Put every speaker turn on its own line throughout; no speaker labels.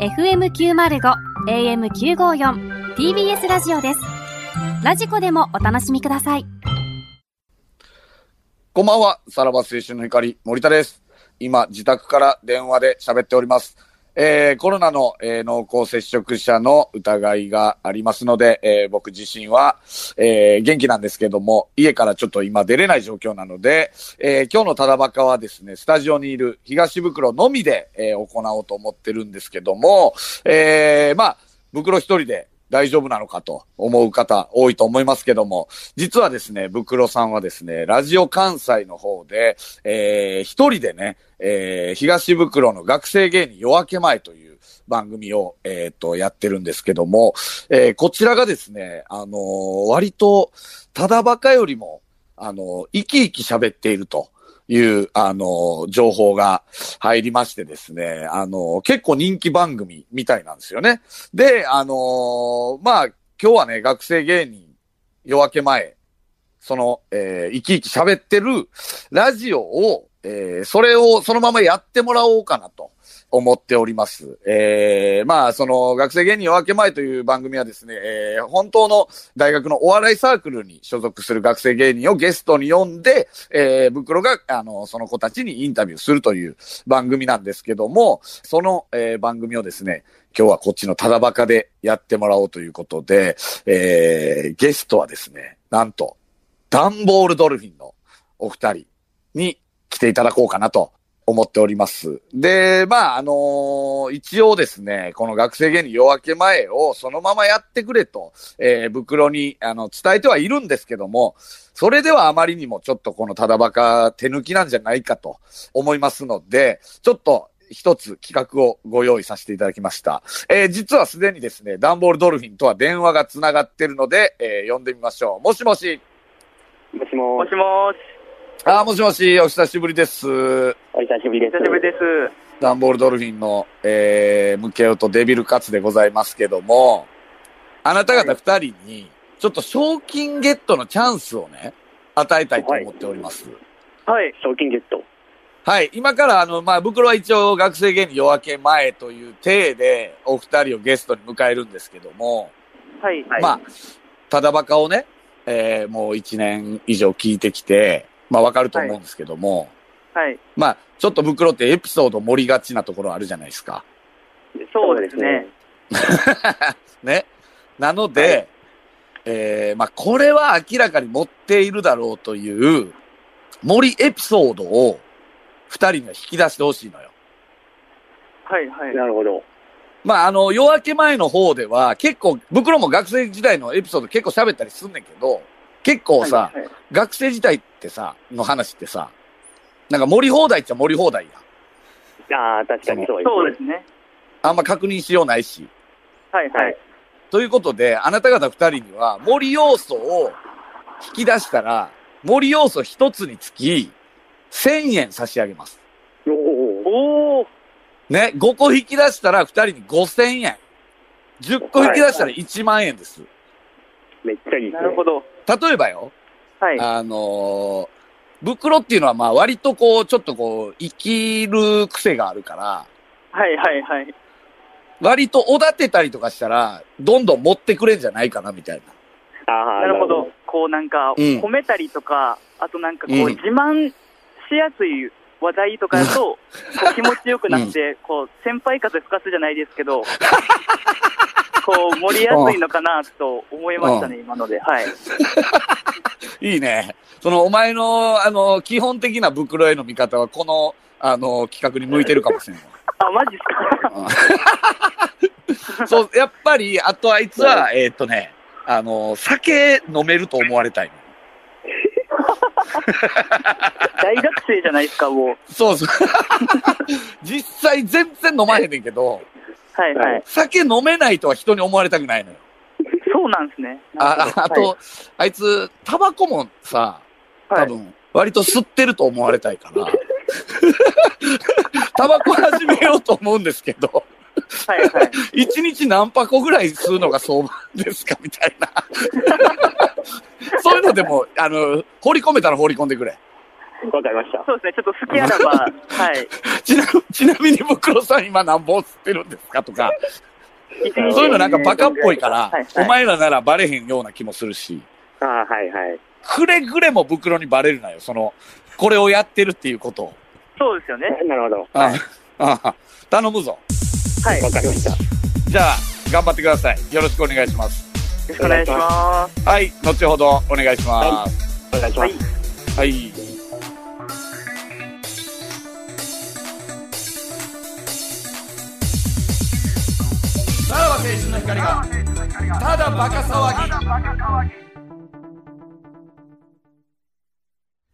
FM905 AM954 TBS ラジオですラジコでもお楽しみください
こんばんは。さらば青春の光、森田です。今、自宅から電話で喋っております。えー、コロナの、えー濃厚接触者の疑いがありますので、えー僕自身は、えー元気なんですけども、家からちょっと今出れない状況なので、えー今日のただばかはですね、スタジオにいる東袋のみで、えー行おうと思ってるんですけども、えーまあ、袋一人で大丈夫なのかと思う方多いと思いますけども、実はですね、ブクロさんはですね、ラジオ関西の方で、えー一人でね、えー東袋の学生芸人夜明け前という番組を、えっ、と、やってるんですけども、えーこちらがですね、あのー割と、ただバカよりも、あのー生き生き喋っていると。いう、あのー情報が入りましてですね、あのー結構人気番組みたいなんですよね。で、あのーまあ、今日はね、学生芸人夜明け前、その、えー生き生き喋ってるラジオを、えーそれをそのままやってもらおうかなと思っております。えーまあ、その、学生芸人夜明け前という番組はですね、えー本当の大学のお笑いサークルに所属する学生芸人をゲストに呼んで、えー、袋が、あの、その子たちにインタビューするという番組なんですけども、その、えー番組をですね、今日はこっちのただバカでやってもらおうということで、えー、ゲストはですね、なんと、ダンボールドルフィンのお二人に来ていただこうかなと思っております。で、まあ、あのー一応ですね、この学生芸人夜明け前をそのままやってくれと、えー、袋に、あの、伝えてはいるんですけども、それではあまりにもちょっとこのただバカ手抜きなんじゃないかと思いますので、ちょっと一つ企画をご用意させていただきました。えー実はすでにですね、ダンボールドルフィンとは電話がつながってるので、えー呼んでみましょう。もしもし。
もしも
も
ー
しもーし、
あー、もしもし、お久しぶりです。
お久しぶりです。
久しぶりです。
ダンボールドルフィンの、えー、ムケオとデビルカツでございますけども、あなた方二人に、ちょっと賞金ゲットのチャンスをね、与えたいと思っております。はい、
はい。
賞金ゲット。
今から、あの、まあ、袋は一応学生芸人夜明け前という体で、お二人をゲストに迎えるんですけども、
はい。
まあ、ただバカをね、えー、もう一年以上聞いてきて、まあ、わかると思うんですけども、
はい。
まあ、ちょっと袋ってエピソード盛りがちなところあるじゃないですか。
そうですね。
ね。なので、
はい
えーまあ、これは明らかに持っているだろうという、森エピソードを二人には引き出してほしいのよ。
はい、はい。
なるほど。
まあ、あの、夜明け前の方では、結構、袋も学生時代のエピソード結構喋ったりすんねんけど、結構さ、
はいはい
学生時代ってさ、の話ってさ、なんか盛り放題っちゃ盛り放題やん。
ああ、確かにそうです。
そうですね。
あんま確認しようないし。
はい、は
はいい。
ということで、あなた方二人には森要素を引き出したら、森要素一つにつき、1000円差し上げます。
おお。
おー、
ね、5個引き出したら二人に5000円。10個引き出したら1万円です。
めっちゃいいですね。
なるほど。
例えばよ、
はい。
あのー袋っていうのはまあ割とこう、ちょっとこう、生きる癖があるから、
はい、はい、はい。
割とおだてたりとかしたら、どんどん持ってくれんじゃないかな、みたいな。
ああ、
なるほど。。こうなんか、
うん
褒めたりとか、あとなんかこ
うん
う、自慢しやすい話題とかだと、こう気持ちよくなって、こう、先輩風吹かすじゃないですけど、 こう、盛りやすいのかなと思いましたね、今ので。はい。
いいね。その、お前の、あの、基本的な袋への見方は、この、あの、企画に向いてるかもしれない。
あ、マジっすか
そう、やっぱり、あとあいつは、えーっとね、あの、酒飲めると思われたい。
大学生じゃないですか、もう。
そう そう。実際全然飲まへんねんけど、
はい、はい。
酒飲めないとは人に思われたくないのよ。
そうなんですね。なる
あ
ほ、ど
あと、、あいつ、タバコもさ、
は
多
い
分、割と吸ってると思われたいから、 タバコ始めようと思うんですけど、
はい、はい、はい。
一日何箱ぐらい吸うのが相場ですかみたいな。 そういうのでも、あの、放り込めたら放り込んでくれ。
わかりました。
そうですね、ちょっと好きあらば、はい。
ちなちなみに、ブクロさん今何本吸ってるんですかとか、
一 日
そういうのなんかバカっぽいから
はい、はい
お前らならバレへんような気もするし、
ああ、はいはい。
くれぐれもブクロにバレるなよ、その、これをやってるっていうことを。
そうですよね。
なるほど。
ああ頼むぞ。
はい。よ
わかりました。よ
じゃあ、頑張ってください。よろしくお願いします。
ろしくお願いします。
はい、後ほどお願いします。
お願いします。
はい。さらば青春の光が、ただバカ騒ぎ。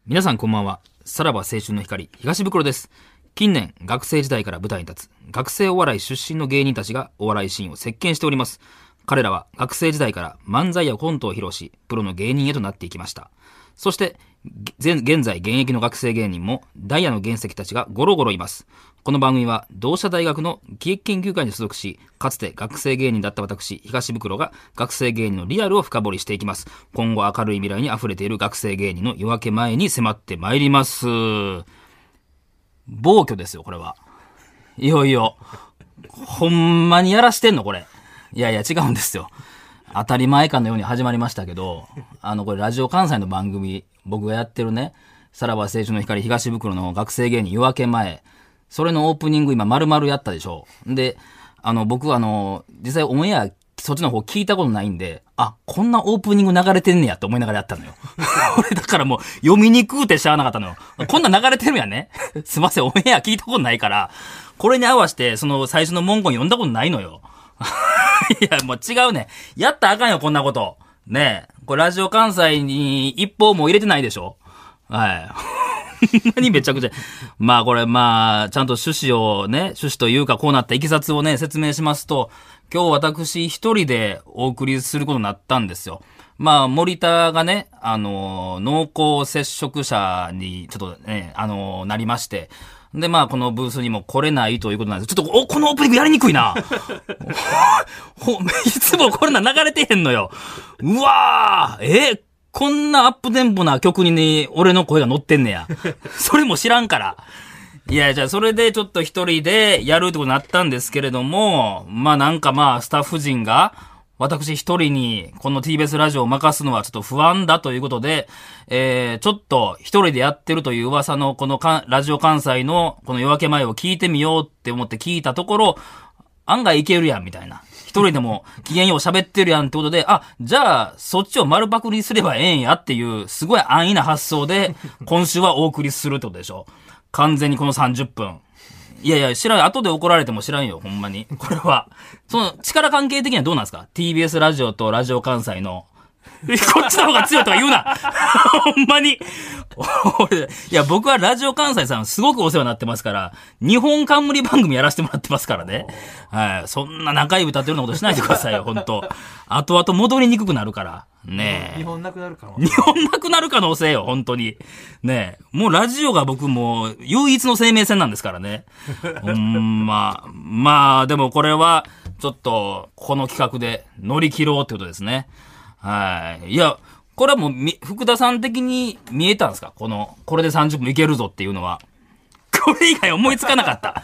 皆さんこんばんは。さらば青春の光、東袋です。近年、学生時代から舞台に立つ、学生お笑い出身の芸人たちがお笑いシーンを席巻しております。彼らは学生時代から漫才やコントを披露し、プロの芸人へとなっていきました。そして、げ現在現役の学生芸人も、ダイヤの原石たちがゴロゴロいます。この番組は、同社大学の喜劇研究会に所属し、かつて学生芸人だった私、東袋が学生芸人のリアルを深掘りしていきます。今後明るい未来に溢れている学生芸人の夜明け前に迫ってまいります。暴挙ですよ、これは。いよいよ。ほんまにやらしてんのこれ。いやいや、違うんですよ。当たり前かのように始まりましたけど、あの、これ、ラジオ関西の番組、僕がやってるね、さらば青春の光東袋の学生芸人夜明け前、それのオープニング今、丸々やったでしょ。で、あの、僕、あの、実際オンエア、そっちの方聞いたことないんで、あ、こんなオープニング流れてんねやって思いながらやったのよ。 俺だからもう読みにくうてしゃあなかったのよ。こんなん流れてるやんね。すいません、オンエア聞いたことないから、これに合わせて、その最初の文言読んだことないのよ。 いや、もう違うね。やったらあかんよ、こんなこと。ねえ。これ、ラジオ関西に一報も入れてないでしょはい。 ほんまにめちゃくちゃ。まあこれ、まあ、ちゃんと趣旨をね、趣旨というか、こうなったいきさつをね、説明しますと、今日私一人でお送りすることになったんですよ。まあ、森田がね、あの、濃厚接触者に、ちょっとね、あの、なりまして、で、まあ、このブースにも来れないということなんです。ちょっと、お、このオープニングやりにくいな。ほ、 いつもこんな流れてへんのよ。うわーえこんなアップテンポな曲にね、俺の声が乗ってんねや。 それも知らんから。いや、じゃあそれでちょっと一人でやるってことになったんですけれども、まあなんかまあスタッフ陣が、私一人にこの TBS ラジオを任すのはちょっと不安だということで、えー、ちょっと一人でやってるという噂のこのかラジオ関西のこの夜明け前を聞いてみようって思って聞いたところ、案外いけるやん、みたいな。一人でも機嫌よう喋ってるやんってことで、あ、じゃあ、そっちを丸パクリすればええんやっていう、すごい安易な発想で、今週はお送りするってことでしょ。完全にこの30分。いやいや、知らん。後で怒られても知らんよ、ほんまに。これは。その、力関係的にはどうなんですか ?TBS ラジオとラジオ関西の。 こっちの方が強いとか言うな ほんまに俺、 いや、僕はラジオ関西さんすごくお世話になってますから、日本冠番組やらせてもらってますからね。はい。そんな仲良い歌ってるようなことしないでくださいよ、本当後々戻りにくくなるから。ねえ
日。本なくなるかも。
日本なくなる可能性よ、本当に。ねえ。もうラジオが僕もう唯一の生命線なんですからね。ほんま。まあ、でもこれは、ちょっと、この企画で乗り切ろうってことですね。はい。いや、これはもうみ、福田さん的に見えたんですかこの、これで30分いけるぞっていうのは。これ以外思いつかなかった。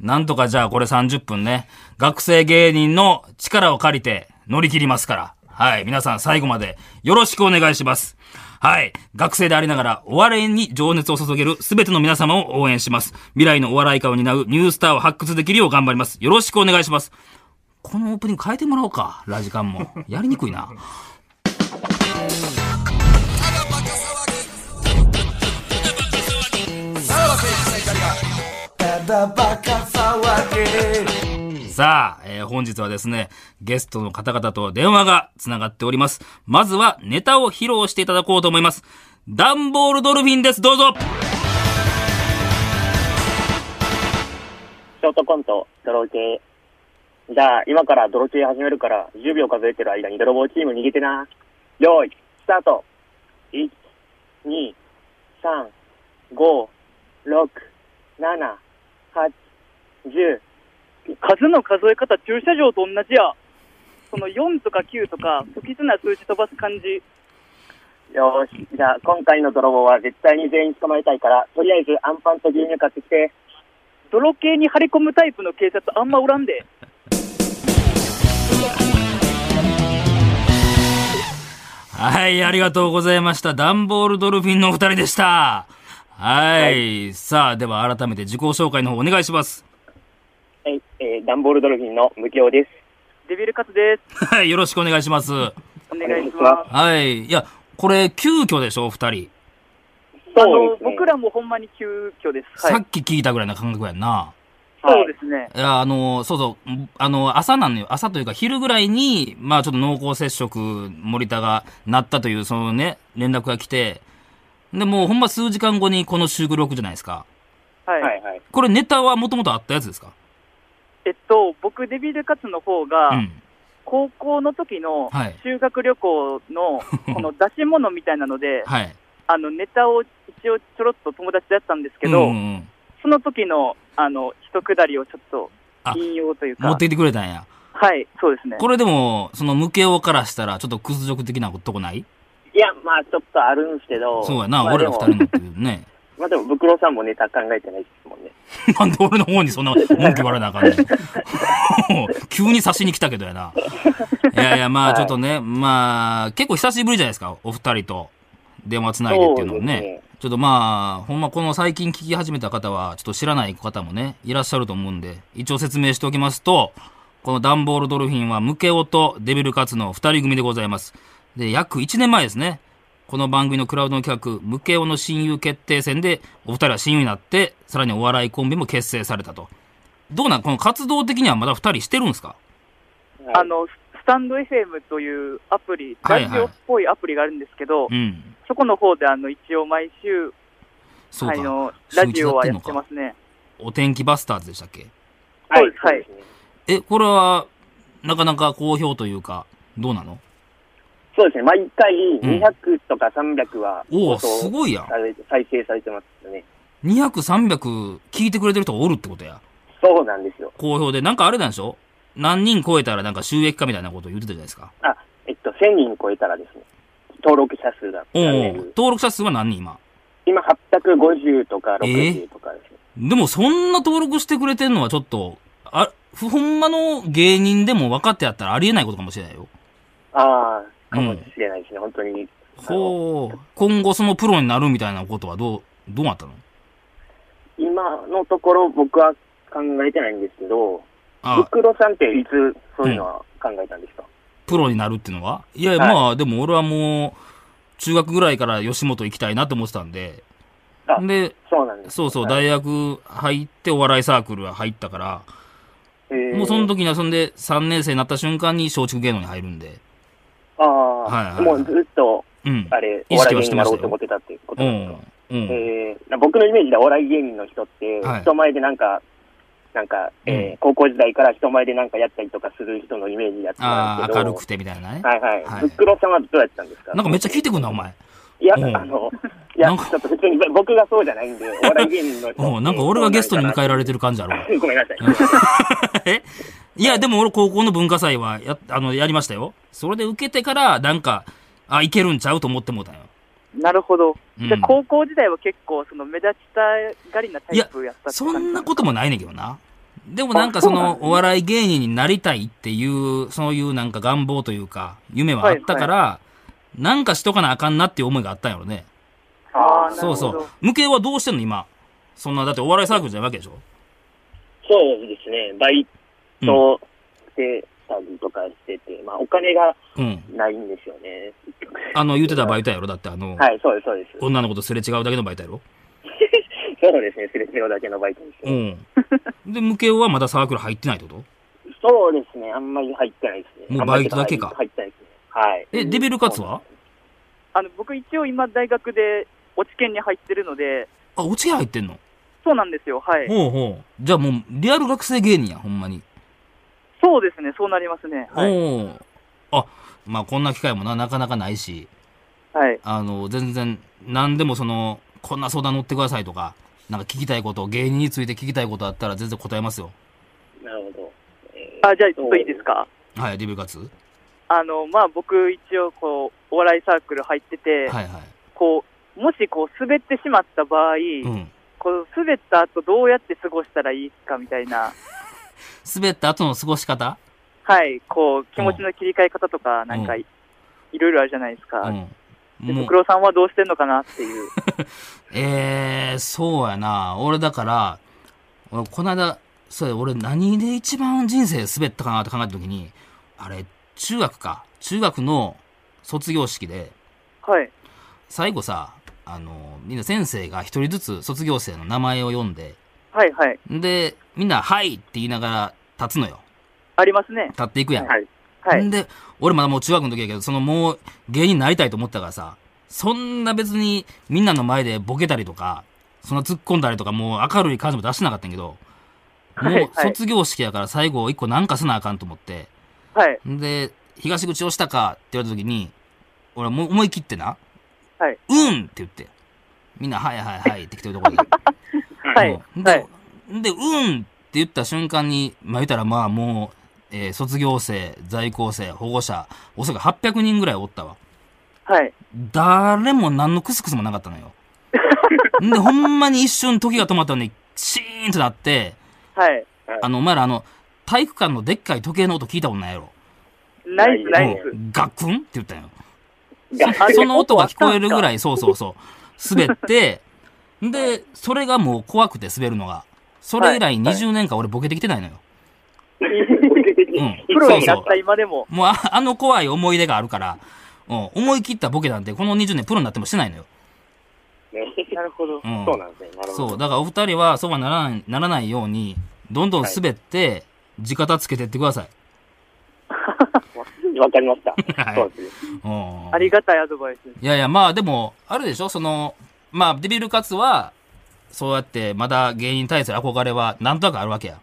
なんとかじゃあこれ30分ね、学生芸人の力を借りて乗り切りますから。はい。皆さん最後までよろしくお願いします。はい。学生でありながらお笑いに情熱を注げるすべての皆様を応援します。未来のお笑い家を担うニュースターを発掘できるよう頑張ります。よろしくお願いします。このオープニング変えてもらおうか。ラジカンも。やりにくいな。さあ、えー本日はですね、ゲストの方々と電話が繋がっております。まずはネタを披露していただこうと思います。ダンボールドルフィンです。どうぞ
ショートコント、泥系。じゃあ、今から泥系始めるから、10秒数えてる間に泥棒チーム逃げてな。よーい、スタート !1、2、3、5、6、7、8、10。
数の数え方、駐車場と同じや。その4とか9とか、不吉な数字飛ばす感じ。
よーし。じゃあ、今回の泥棒は絶対に全員捕まえたいから、とりあえず、アンパンと牛乳買ってきて。
泥系に張り込むタイプの警察あんまおらんで。
はい、ありがとうございました。ダンボールドルフィンのお二人でした。はい。さあ、では改めて自己紹介の方お願いします。
はい、えー、ダンボールドルフィンの無教です。
デビルカツです。
はい、よろしくお願いします。
お願いします。
はい。いや、これ、急遽でしょ、お二人。
そう
あの、
ですね。
僕らもほんまに急遽です。は
さ
い
っ。き聞いたぐらいな感覚やんな。
そうですね。
いや、あの、そうそう、んあの、朝なのよ。朝というか昼ぐらいに、まあちょっと濃厚接触、森田がなったという、そのね、連絡が来て、で、もうほんま数時間後にこの収録じゃないですか。
はい。
はいはい。
これネタはもともとあったやつですか
えっと、僕、デビルカツの方が、
うん。
高校の時の
はい
修学旅行 のこの出し物みたいなので、
はい。
あのネタを一応ちょろっと友達でやったんですけど、
うんうんうん
その時のあの一くだりをちょっと
あ
引用という
持
か
っ、てきてくれたんや。
はい、そうですね。
これでも、その無形をからしたら、ちょっと屈辱的なとこない
いや、まあ、ちょっとあるんですけど。
そうやな、
まあで
俺ら
も
二人のっていうね。
まあでも、ブクロさんもネタ考えてないですもんね。
なんで俺の方にそんな文句言われなあかん ねん。急に差しに来たけどやな。いやいや、まあちょっとね、まあ、結構久しぶりじゃないですか、お二人と。電話つないでっていうのもね。
そうですね
ちょっとまあ、ほんまこの最近聞き始めた方は、ちょっと知らない方もね、いらっしゃると思うんで、一応説明しておきますと、このダンボールドルフィンは、ムケオとデビルカツの二人組でございます。で、約1年前ですね。この番組のクラウドの企画、ムケオの親友決定戦で、お二人は親友になって、さらにお笑いコンビも結成されたと。どうなんこの活動的にはまだ二人してるんですか
はい
あのスタンド FM というアプリ、
はいはい
ラジオっぽいアプリがあるんですけど、
うん。
そこの方であの一応毎週、
そう
あ
か。
の
週
ラ
一
ジ
や
オ
っ
は
てん
や
の
っ
か
てますね。
お天気バスターズでしたっけ
はい
そうですはい
そうですね
え、これは、なかなか好評というか、どうなの
そうですね。毎回
ん
200とか300は、
おお、
放送
すごいやん
さ。れ再生されてますね。
200、300聞いてくれてる人がおるってことや。
そうなんですよ。
好評で。なんかあれなんでしょ何人超えたらなんか収益化みたいなこと言ってたじゃないですか。
あ、えっと、1000人超えたらですね、登録者数が、
おお、
ね
登録者数は何人今
今850とか
えー
60とかですね。
でもそんな登録してくれてんのはちょっと、あ、ふほんまの芸人でも分かってやったらありえないことかもしれないよ。
ああ、かもしれないですね。本当に。あの
ほう。今後そのプロになるみたいなことはどう、どうなったの
今のところ僕は考えてないんですけど、ブ
あ、
クロさんっていつそういうのは考えたんですか、
プロになるってのはいや、
い
まあ、でも俺はもう、中学ぐらいから吉本行きたいなって思ってたんで
あ。
で、
そうなんです。
そうそう、
はい
大学入ってお笑いサークルは入ったから、
えー
もうその時に遊んで3年生になった瞬間に松竹芸能に入るんで。
ああ、
はいはい
もうずっと、
うん。
あれ、お
意
笑い
識は
芸
し
人
て
にな
ま
ろ
し
う
た
と思っ
よ。
てたっていうこ
う
となんですか、
ん。うん。
えー、僕のイメージではお笑い芸人の人って、
はい
人前でなんか、なんか、えー
うん
高校時代から人前でなんかやったりとかする人のイメージやったん
あ
ですけ
あ、明
ど、
るくてみたいなね。
はいはい。
はい
ブックロさんはどうやったんですか
なんかめっちゃ聞いてくんな、お前。
いや、
うん
あの、いや、
なん
ち
か
ょっと普通に僕がそうじゃないんで、お笑い芸人の 人。
うん、なんか俺がゲストに迎えられてる感じある
ごめんなさい。
えいや、でも俺高校の文化祭は、や、あの、やりましたよ。それで受けてから、なんか、あ、いけるんちゃうと思ってもうたんよ。
なるほど。
うん
じゃあ高校時代は結構その目立ちたがりなタイプやったって
そ
感じ
んなこともないねんけどな。でもなんかそのお笑い芸人になりたいっていう、そういうなんか願望というか、夢はあったから、なんかしとかなあかんなっていう思いがあったんやろね。
ああ、なる
そ
ほ
う
ど。
そう。無形はどうしてんの今。そんな、だってお笑いサークルじゃないわけでしょ
そうですね。バイトでたりとかしてて、まあお金が
うん。
ないんですよね。
あの、言ってたバイトやろだってあの、
はい、そうです、そうです。
女の子とすれ違うだけのバイトやろ
そうですね、すれ違うだけのバイトです
う
ね。
ん。で、無形はまだサークル入ってないってこと
そうですね、あんまり入ってないですね。
もうバイトだけか
入ってないですね。はい。
え、デビルカツは
あの僕一応今大学で落ち研に入ってるので、
あ、落ち入ってんの
そうなんですよ。はい。
ほうほう。じゃあもう、リアル学生芸人や、ほんまに。
そうですね。そうなりますね。はい。
おーあ、まあこんな機会もな、なかなかないし、
はい。
あの、全然、何でもその、こんな相談乗ってくださいとか、なんか聞きたいこと、芸人について聞きたいことあったら全然答えますよ。
なるほど。えー
あ、じゃあちょっといいですか
はい、デビルカツ。
あの、まあ僕一応こう、お笑いサークル入ってて、
はいは
こう、もしこう滑ってしまった場合、
い。うん。
こう滑った後どうやって過ごしたらいいかみたいな、
滑った後の過ごし方
はい、こう、気持ちの切り替え方とか、なんかい、いろいろあるじゃないですか。
うん。
で、
もう
ブク、ロさんはどうしてんのかなっていう。
ええそうやな。俺だから、俺この間、そうや、俺何で一番人生滑ったかなって考えた時に、あれ、中学か。中学の卒業式で、
はい、
最後さ、あの、みんな先生が一人ずつ卒業生の名前を読んで、
はい、はい。
で、みんな、はいって言いながら立つのよ。
ありますね。
立っていくやん。
はい
はい。
んで、俺まだもう中学の時やけど、そのもう芸人になりたいと思ってたからさ、そんな別にみんなの前でボケたりとか、そんな突っ込んだりとか、もう明るい感じも出してなかったんやけど、
はいは
も
いう
卒業式やから最後一個なんかせなあかんと思って、
はい、
んで、東口をしたかって言われた時に、俺はもう思い切ってな、
はい
うんって言って、みんなはいはいはいって来てるところで、
はい、
うん
は
で
い、、
で、うんって言った瞬間に、まあ言ったらまあもう、えー卒業生、在校生、保護者、おそらく800人ぐらいおったわ。
はい。
誰も何のクスクスもなかったの よ。んで、ほんまに一瞬時が止まったのに、シーンとなって、
はい。
あの、お前らあの、体育館のでっかい時計の音聞いたことないやろ。
ナイス、ナイ
う
ス。
んガクンって言ったんよ。
あ
その音が聞こえるぐら
い。
い、そうそうそう。滑 って、で、それがもう怖くて滑るのが。それ以来20年間俺ボケてきてないのよ。 うん。
プロになった今でも。
もうああの怖い思い出があるから、うん、思い切ったボケなんてこの20年プロになってもしてないのよ。
なるほど。
うん、
そうなんですね。なるほ
そう
ど。
だからお二人はそうはならないならないように、どんどん滑って、地方つけてってください。
わかりました。
はい
そうですね。
うん、
ありがたいアドバイスです。
いやいや、まあでも、あるでしょその、まあ、デビルカツは、そうやってまだ芸人に対する憧れはなんとなくあるわけや。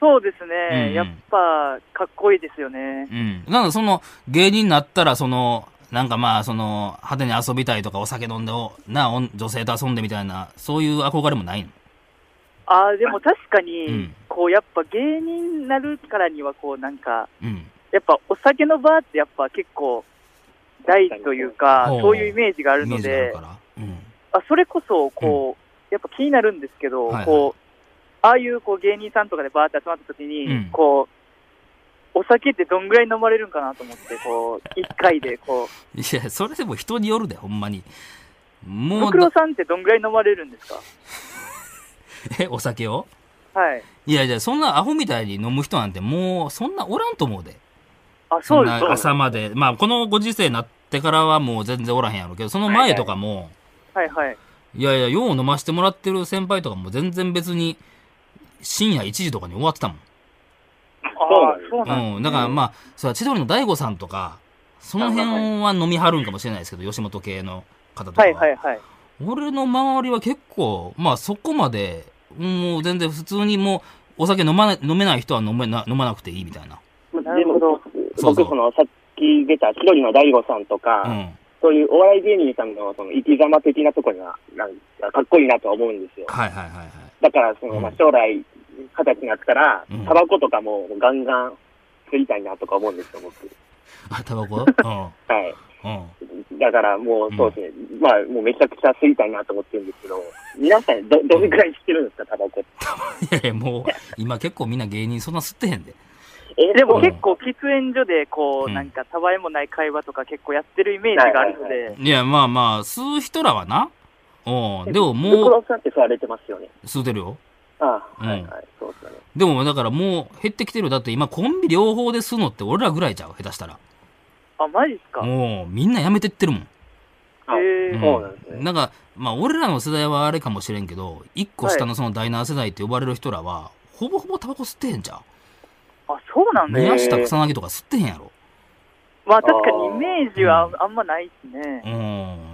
そうです
うんうん
ね。やっぱ、かっこいいですよね。
うん。なので、その、芸人になったら、その、なんかまあ、その、派手に遊びたいとか、お酒飲んで、おなおん、女性と遊んでみたいな、そういう憧れもないの。
ああ、でも確かに、
うん
こう、やっぱ芸人になるからには、こう、なんか、
うん。
やっぱお酒のバーってやっぱ結構、大事というか、
ほう
そういうイメージがある
イメ
の
ージがある
で
か、ら。うん。
あそれこそ、こう、やっぱ気になるんですけど、
はいはい
こう、ああいうこう芸人さんとかでバーって集まった時に、
うん
こう、お酒ってどんぐらい飲まれるんかなと思って、こう、一回で、こう、
いや、それでも人によるで、ほんまに。も
ブ
う
ク、ロさんってどんぐらい飲まれるんですか
え、お酒を
はい。
いやいや、そんなアホみたいに飲む人なんて、もう、そんなおらんと思うで。
あ、そ
そん
うです、そう
な
です。
朝まで。まあ、このご時世になってからはもう全然おらへんやろうけど、その前とかも、
はいはい。
いやいや、よう飲ましてもらってる先輩とかも全然別に、深夜1時とかに終わってたもん。
ああー、
そ
そうなんです、ね。
うん、だからまあ、それは千鳥の大悟さんとか、その辺は飲みはるんかもしれないですけど、吉本系の方とかは。
はいはいはい。
俺の周りは結構、まあそこまで、もう全然普通にもう、お酒飲まな飲めない人は飲めな飲まなくていいみたいな。
なるほど。
そうそう
僕、その、さっき出た千鳥の大悟さんとか、
うん。
そういうお笑い芸人さんのその生き様的なところが、なんかかっこいいなとは思うんですよ。
はいはいはいはい。
だから、その、まあ、将来、二十歳になったら
うん、
タバコとかもガンガン吸いたいなとか思うんですよ、僕。
あ、タバ コう
はい。
ん。うん。
だからもう、そうですね。まあ、もうめちゃくちゃ吸いたいなと思ってるんですけど、皆さん、ど、どれくらい吸ってるんですか、タバコって。
いやいや、 もう、今結構みんな芸人そんな吸ってへんで。
え
でも
うん
結構喫煙所で、こ
う
う、
ん
なんか、たわいもない会話とか結構やってるイメージがあるの
はいはい
で、
いや、まあまあ、吸う人らはな。うん。でも
ブク
も
ロさんって吸われてますよね。
う、吸うてるよ。
あ
うん
あ、はいはい、そうですよね。
でもだからもう減ってきてるよ。だって今コンビ両方で吸うのって俺らぐらいちゃう下手したら。
あ、マジっすか
もうみんなやめてってるもん。
あ
へえ
そうなんですね。
なんか、まあ俺らの世代はあれかもしれんけど、一個下のそのダイナー世代って呼ばれる人らは、ほぼほぼタバコ吸ってへんじゃん。
あ、そうなんだ
宮
ね。
下草薙とか吸ってへんやろ。
まあ確かにイメージはあんまないですね。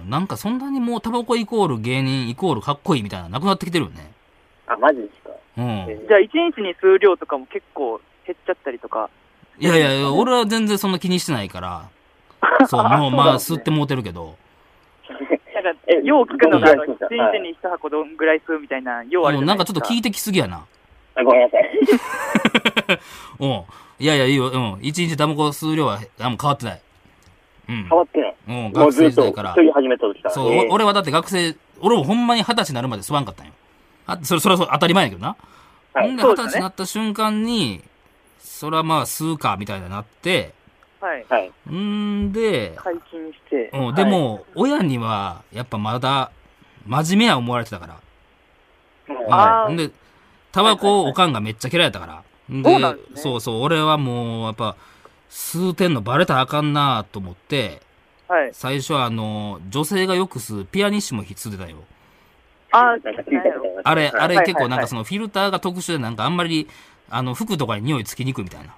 うん。なんかそんなにもうタバコイコール芸人イコールかっこいいみたいななくなってきてるよね。
あ、マジですか。
うん。
じゃあ一日に数量とかも結構減っちゃったりとか。
いやいやいや、俺は全然そんな気にしてな いから。そう、もうまあ吸ってもうてるけど。
なんか
え、
よう聞くのが、あの一
どんぐらい吸った
日に一箱どんぐらい吸うみたいな、ようある
う
じ
ん
ゃ
ないん
で
か
す
ちょっと聞いてきすぎやな。
あごめん なさい。
うん。いやいや、いいよ。うん。一日タバコ吸う量は、あんま変わってない。うん
変。わってない。
もう
もう
学
ず
生
っ
時
と
代か
一
ら。
人始めた時から。
そう、
え
お
え
俺はだって学生、俺もほんまに二十歳になるまで吸わんかったんよ。あそれ、それはそう当たり前やけどな。
はい
ほんで
そ
二
う
十
だね
歳になった瞬間に、それはまあ吸うか、みたいになって、
はい。
はい。
んで、
解禁して。
うん、でも、親には、やっぱまだ、真面目や思われてたから。
あー
うん、で、タバコをおかんがめっちゃ嫌いやったから。
そうなんですね
そうそう、俺はもう、やっぱ、吸うてんのバレたらあかんなと思って、
はい。
最初はあの、女性がよく吸うピアニッシモ吸ってたよ。
あ
なんか聞いたことあります
あれ、あ
はい
れ
はい
結構なんかそのフィルターが特殊でなんかあんまり、あの、服とかに匂いつきにくいみたいな。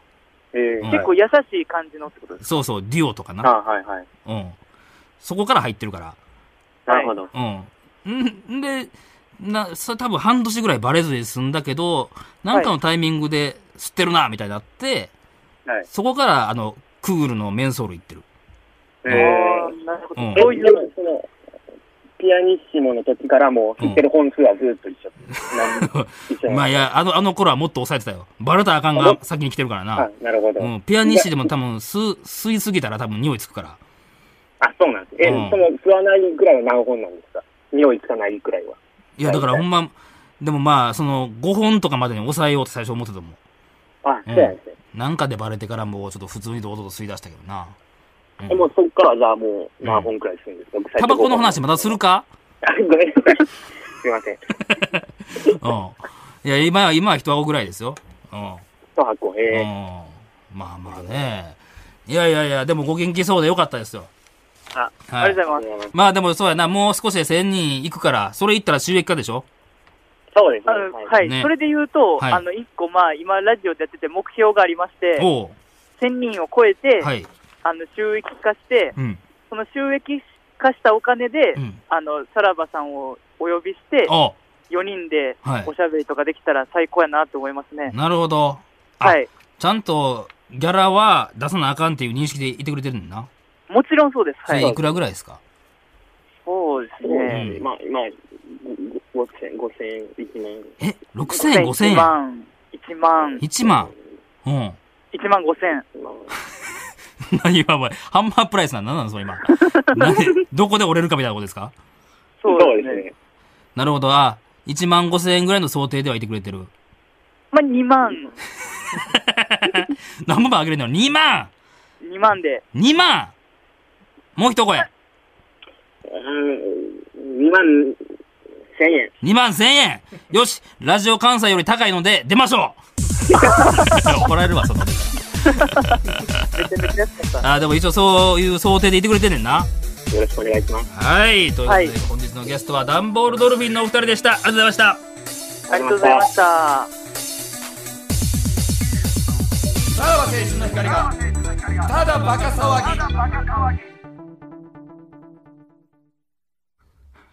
ええ
うん
結構優しい感じのってことです
そうそう、デュオとか
あ
な。
はいはい。
うん。そこから入ってるから。
なるほど。
うん。んで、な、それ多分半年ぐらいバレずに済んだけど、なんかのタイミングで吸ってるな、みたいになって、
はい
そこから、あの、クールのメンソール行ってる。
え
か、あーなるほど。
うん
えそういう、その、ピアニッシモの時からもう、知ってる本数はずっと一緒。なん一緒
まあい
や。
や、あの、あの頃はもっと抑えてたよ。バレたらあかんが先に来てるから
あ
な。、
なるほど。
うん、ピアニッシでも多分吸、吸いすぎたら多分匂いつくから。
あ、そうなんです。え、
うん
その、吸わないぐらいは何本なんですか匂いつかないぐらいは。
いや、だからほんま、でもまあ、その、5本とかまでに抑えようって最初思ってたもん。
あ、そうなんですね。
なんかでバレてからもうちょっと普通に堂々と吸い出したけどな。うん
えもうそっからじゃあもう何本くらいするんですか、
タバコの話またするか
あごめんなさい。すいません。
うん。いや、今は、今は一箱ぐらいですよ。うん。うん。
一箱、ええ
まあまあね。いやいやいや、でもご元気そうでよかったですよ。
あ、
はい
ありがとうございます。
まあでもそうやな、もう少しで1000人行くから、それ行ったら収益化でしょ
そうです
あ
ね。
の
はい
はい、
ね
それで言うと、
はい
あの、一個、まあ、今、ラジオでやってて目標がありまして、
おう。
1000人を超えて、
はい。
あの、収益化して、
うん。
その収益化したお金で、
うん。
あの、さらばさんをお呼びして、
お
4人で
はい
おしゃべりとかできたら最高やなと思いますね。
なるほど。あ
はい。
ちゃんと、ギャラは出さなあかんっていう認識でいてくれてるんだな。
もちろんそうです。
そ
は
れい
い。
くらぐらいですか
そうです
そう
ね。
ですね。まあ、今、ご5000円、5000円、1万円。
え ?6000 円、5000円
1。万、1万、
1万。うん。
1万5千。
まあ
何今お前、ハンマープライスなんなんなのそ れ今。なんで、どこで折れるかみたいなことですか
そうです。ね。
なるほど。あ、1万5千円ぐらいの想定ではいてくれてる。
まあ、2万、
何万あげれんの ?2 万
2万で。
!2 万もう一声。
うん、2万1000円。
2万1000円よしラジオ関西より高いので出ましょう 怒られるわ、その時。
めちゃめちゃ安かった。
あ、でも一応そういう想定でいてくれてんねんな。
よろしくお願いします。
はい。ということで、
はい
本日のゲストはダンボールドルフィンのお二人でした。ありがとうございました。
ありがとうございました。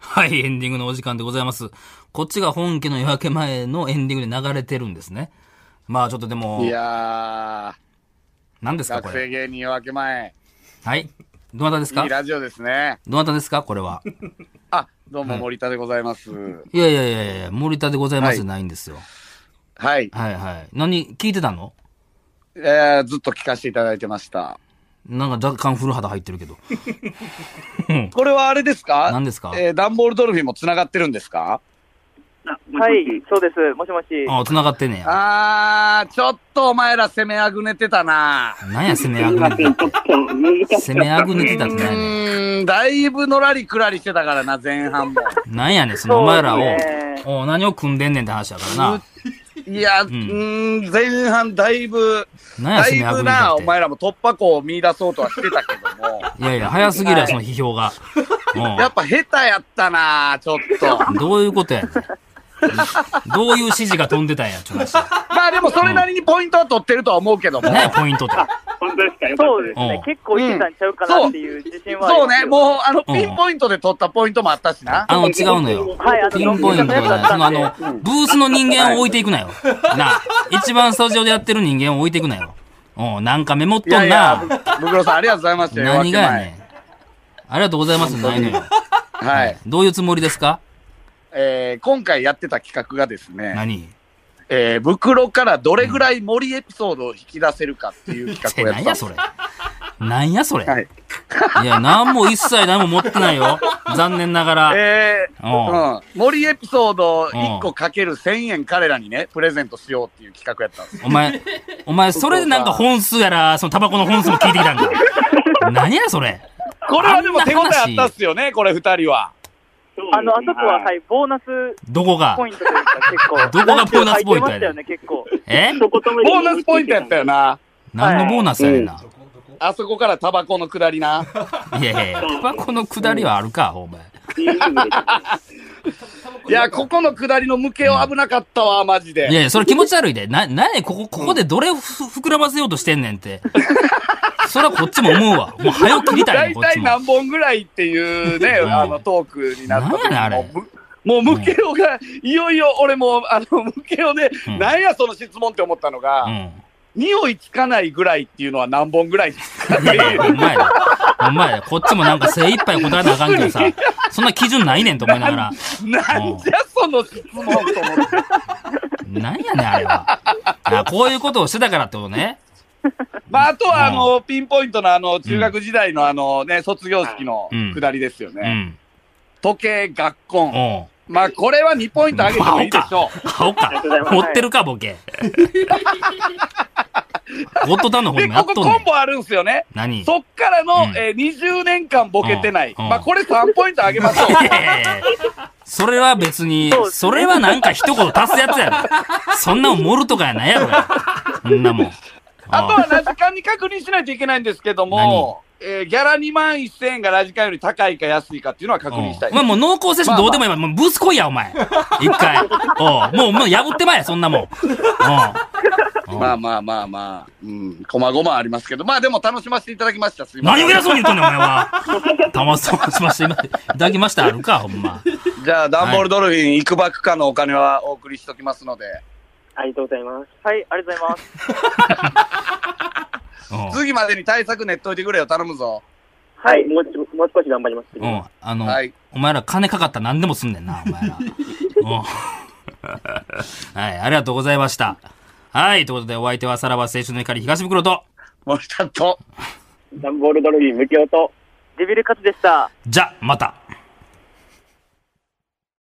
はい、エンディングのお時間でございます。こっちが本家の夜明け前のエンディングで流れてるんですね。まあちょっとでも
い、や
何です
ー、
かこ
学生
れ。
芸人夜明け前、
はい。どなたです
い
か
いラジオですね。
どなたですかこれは。
あ、どうも森田でございます。
いやいやいやいや、森田でございますじゃ
は
ないんですよ。
はい。
はいはい。何、聞いてたの
えー、ずっと聞かせていただいてました。
なんか若干古肌入ってるけど。
これはあれですか
何ですか
えー、ダンボールドルフィンも繋がってるんですか
はい、そうです。もしもし。
ああ、繋がってんねや。
あー、ちょっとお前ら攻めあぐねてたな
なんや、攻めあぐ ねてたって。攻めあぐねてたって
う
なんやね
ーん、だいぶのらりくらりしてたからな、前半 も。
ん。なんやねん、そのお前らを
そうですね、
おう何を組んでんねんって話やからな。
いや、うーん、前半だいぶ、
なんや、
だ
攻
い
めあぐ
ぶ
ねてた
な、
っ
お
て。
前らも突破口を見出そうとはしてたけども、
いやいや、早すぎるや、その批評が。
やっぱ下手やったなちょっ と。
うん。どういうことやねん。どういう指示が飛んでたんや、ちょっと。
まあでもそれなりにポイントは取ってるとは思うけども。
何や、ポイントって。
本当ですかよかっ
そう
たで
です
す。
うん
ね。結構いけたんちゃうかなっていう自信はあり
そう
ます
ね、
よ
もう、あの、
うん
ピンポイントで取ったポイントもあったしな。
あの、違うのよ。
はい、あの、
ピンポイントとかじゃない。その、あ
めちゃめ
の
ちゃ良かっ、
ブースの人間を置いていくなよ。なあ、一番スタジオでやってる人間を置いていくなよ。おうなんかメモっと
い
んな。
やいや、ぶぶくろさん、ありがとうございました。
何がやね
夜明
ん。ありがとうございます、ないのよ。
け前はい。
どういうつもりですか
えー、今回やってた企画がですね、
何
えー、袋からどれぐらい森エピソードを引き出せるかっていう
て
企画をや
な
っ
ん
てたん
や
です
それ。なんやそれ。
はい。
いや、何も一切何も持ってないよ。残念ながら。
えー
うん
うん、森エピソード1個かける1000円彼らにね、プレゼントしようっていう企画やったんですよ。
お前、お前、それでなんか本数やら、そのタバコの本数も聞いてきたんだ。何やそれ。
これはでも手応えあったっすよね、これ2人は。
あの、あそこは、はい、ボーナス
どこが
ポイントというか、結構。
どこがボーナスポ
ラジオ入って
イントやねん
ましたよね、結構。
え
ボ
ボーナスポイントやったよな。
何のボーナスやねんな。
あそこからタバコの下りな。
いやいや、タバコの下りはあるか、お前。
いや、ここの下りの向けを危なかったわ、マジ
い
で。
やいや、それ気持ち悪いで。な、なにここ、ここでどれをふ膨らませようとしてんねんって。それはこっちも思うわ。もう早く切りたい
大
ねん、こっち
体
も。
何本ぐらいっていうね、
うん
あのトークになった時
なんやねんあれ
もうむもう、向けおが、いよいよ俺もう、あの、向けおで、
うん
なんやその質問って思ったのが、
う
匂いつかないぐらいっていうのは何本ぐらいですかっ
ん。
て
いやい
い
や、
う。
ほんまやで。ほんまやで。こっちもなんか精一杯答えなあかんけどさ、そんな基準ないねんと思いながら。
なんじゃその質問と思って。
なんやねん、あれは。あこういうことをしてたからってことね。
まあ、あとは、あ
うん
の、ピンポイントの、あの、中学時代の、あのね、卒業式の
うん
下りですよ
う
ね。
ん。
時計、学婚。
おう
まあ、これは2ポイント上げてもいいでしょ
買おうか
りがとうござい。ます
持ってるか、ボケ。ゴッドタンの
う。
方に
で、
もやっ
ことこ
んねん
コンボあるんすよね。
何
そっからの
うん、
えー、20年間ボケてない。
うんうん
まあ、これ3ポイント上げましょう。
いやいやいやそれは別に
そう、ですね
それはなんか一言足すやつやろ。そんなもん盛るとかやないやろ。そんなもん。
あとは、ラジカンに確認しないといけないんですけども、えー、ギャラ2万1000円がラジカンより高いか安いかっていうのは確認したい
お。前もう濃厚接触どうでもいいわ。もうブース来いや、お前。一回。おうもう、もう破ってまえ、そんなもん。おうおう
まあまあまあまあ、うん、こまごまありますけど、まあでも楽しませていただきました。すいません
何を偉そうに言っとんねん、お 前は。たまそましまして、今、いただきました、あるか、ほんま。
じゃあ、ダンボールドルフィン、い、くばくかのお金はお送りしときますので、
ありがとうございます。
はい、ありがとうございます。
おう
次までに対策練っといてくれよ、頼むぞ。
はい、もうちょもう少し頑張ります。
おうあの、
はい。
お前ら金かかったら何でもすんねんな、お前ら。おうはい、ありがとうございました。はい、ということでお相手はさらば青春の光東袋と、
森田と。
ダンボールドルフィン、無教と、
デビルカツでした。
じゃ、また。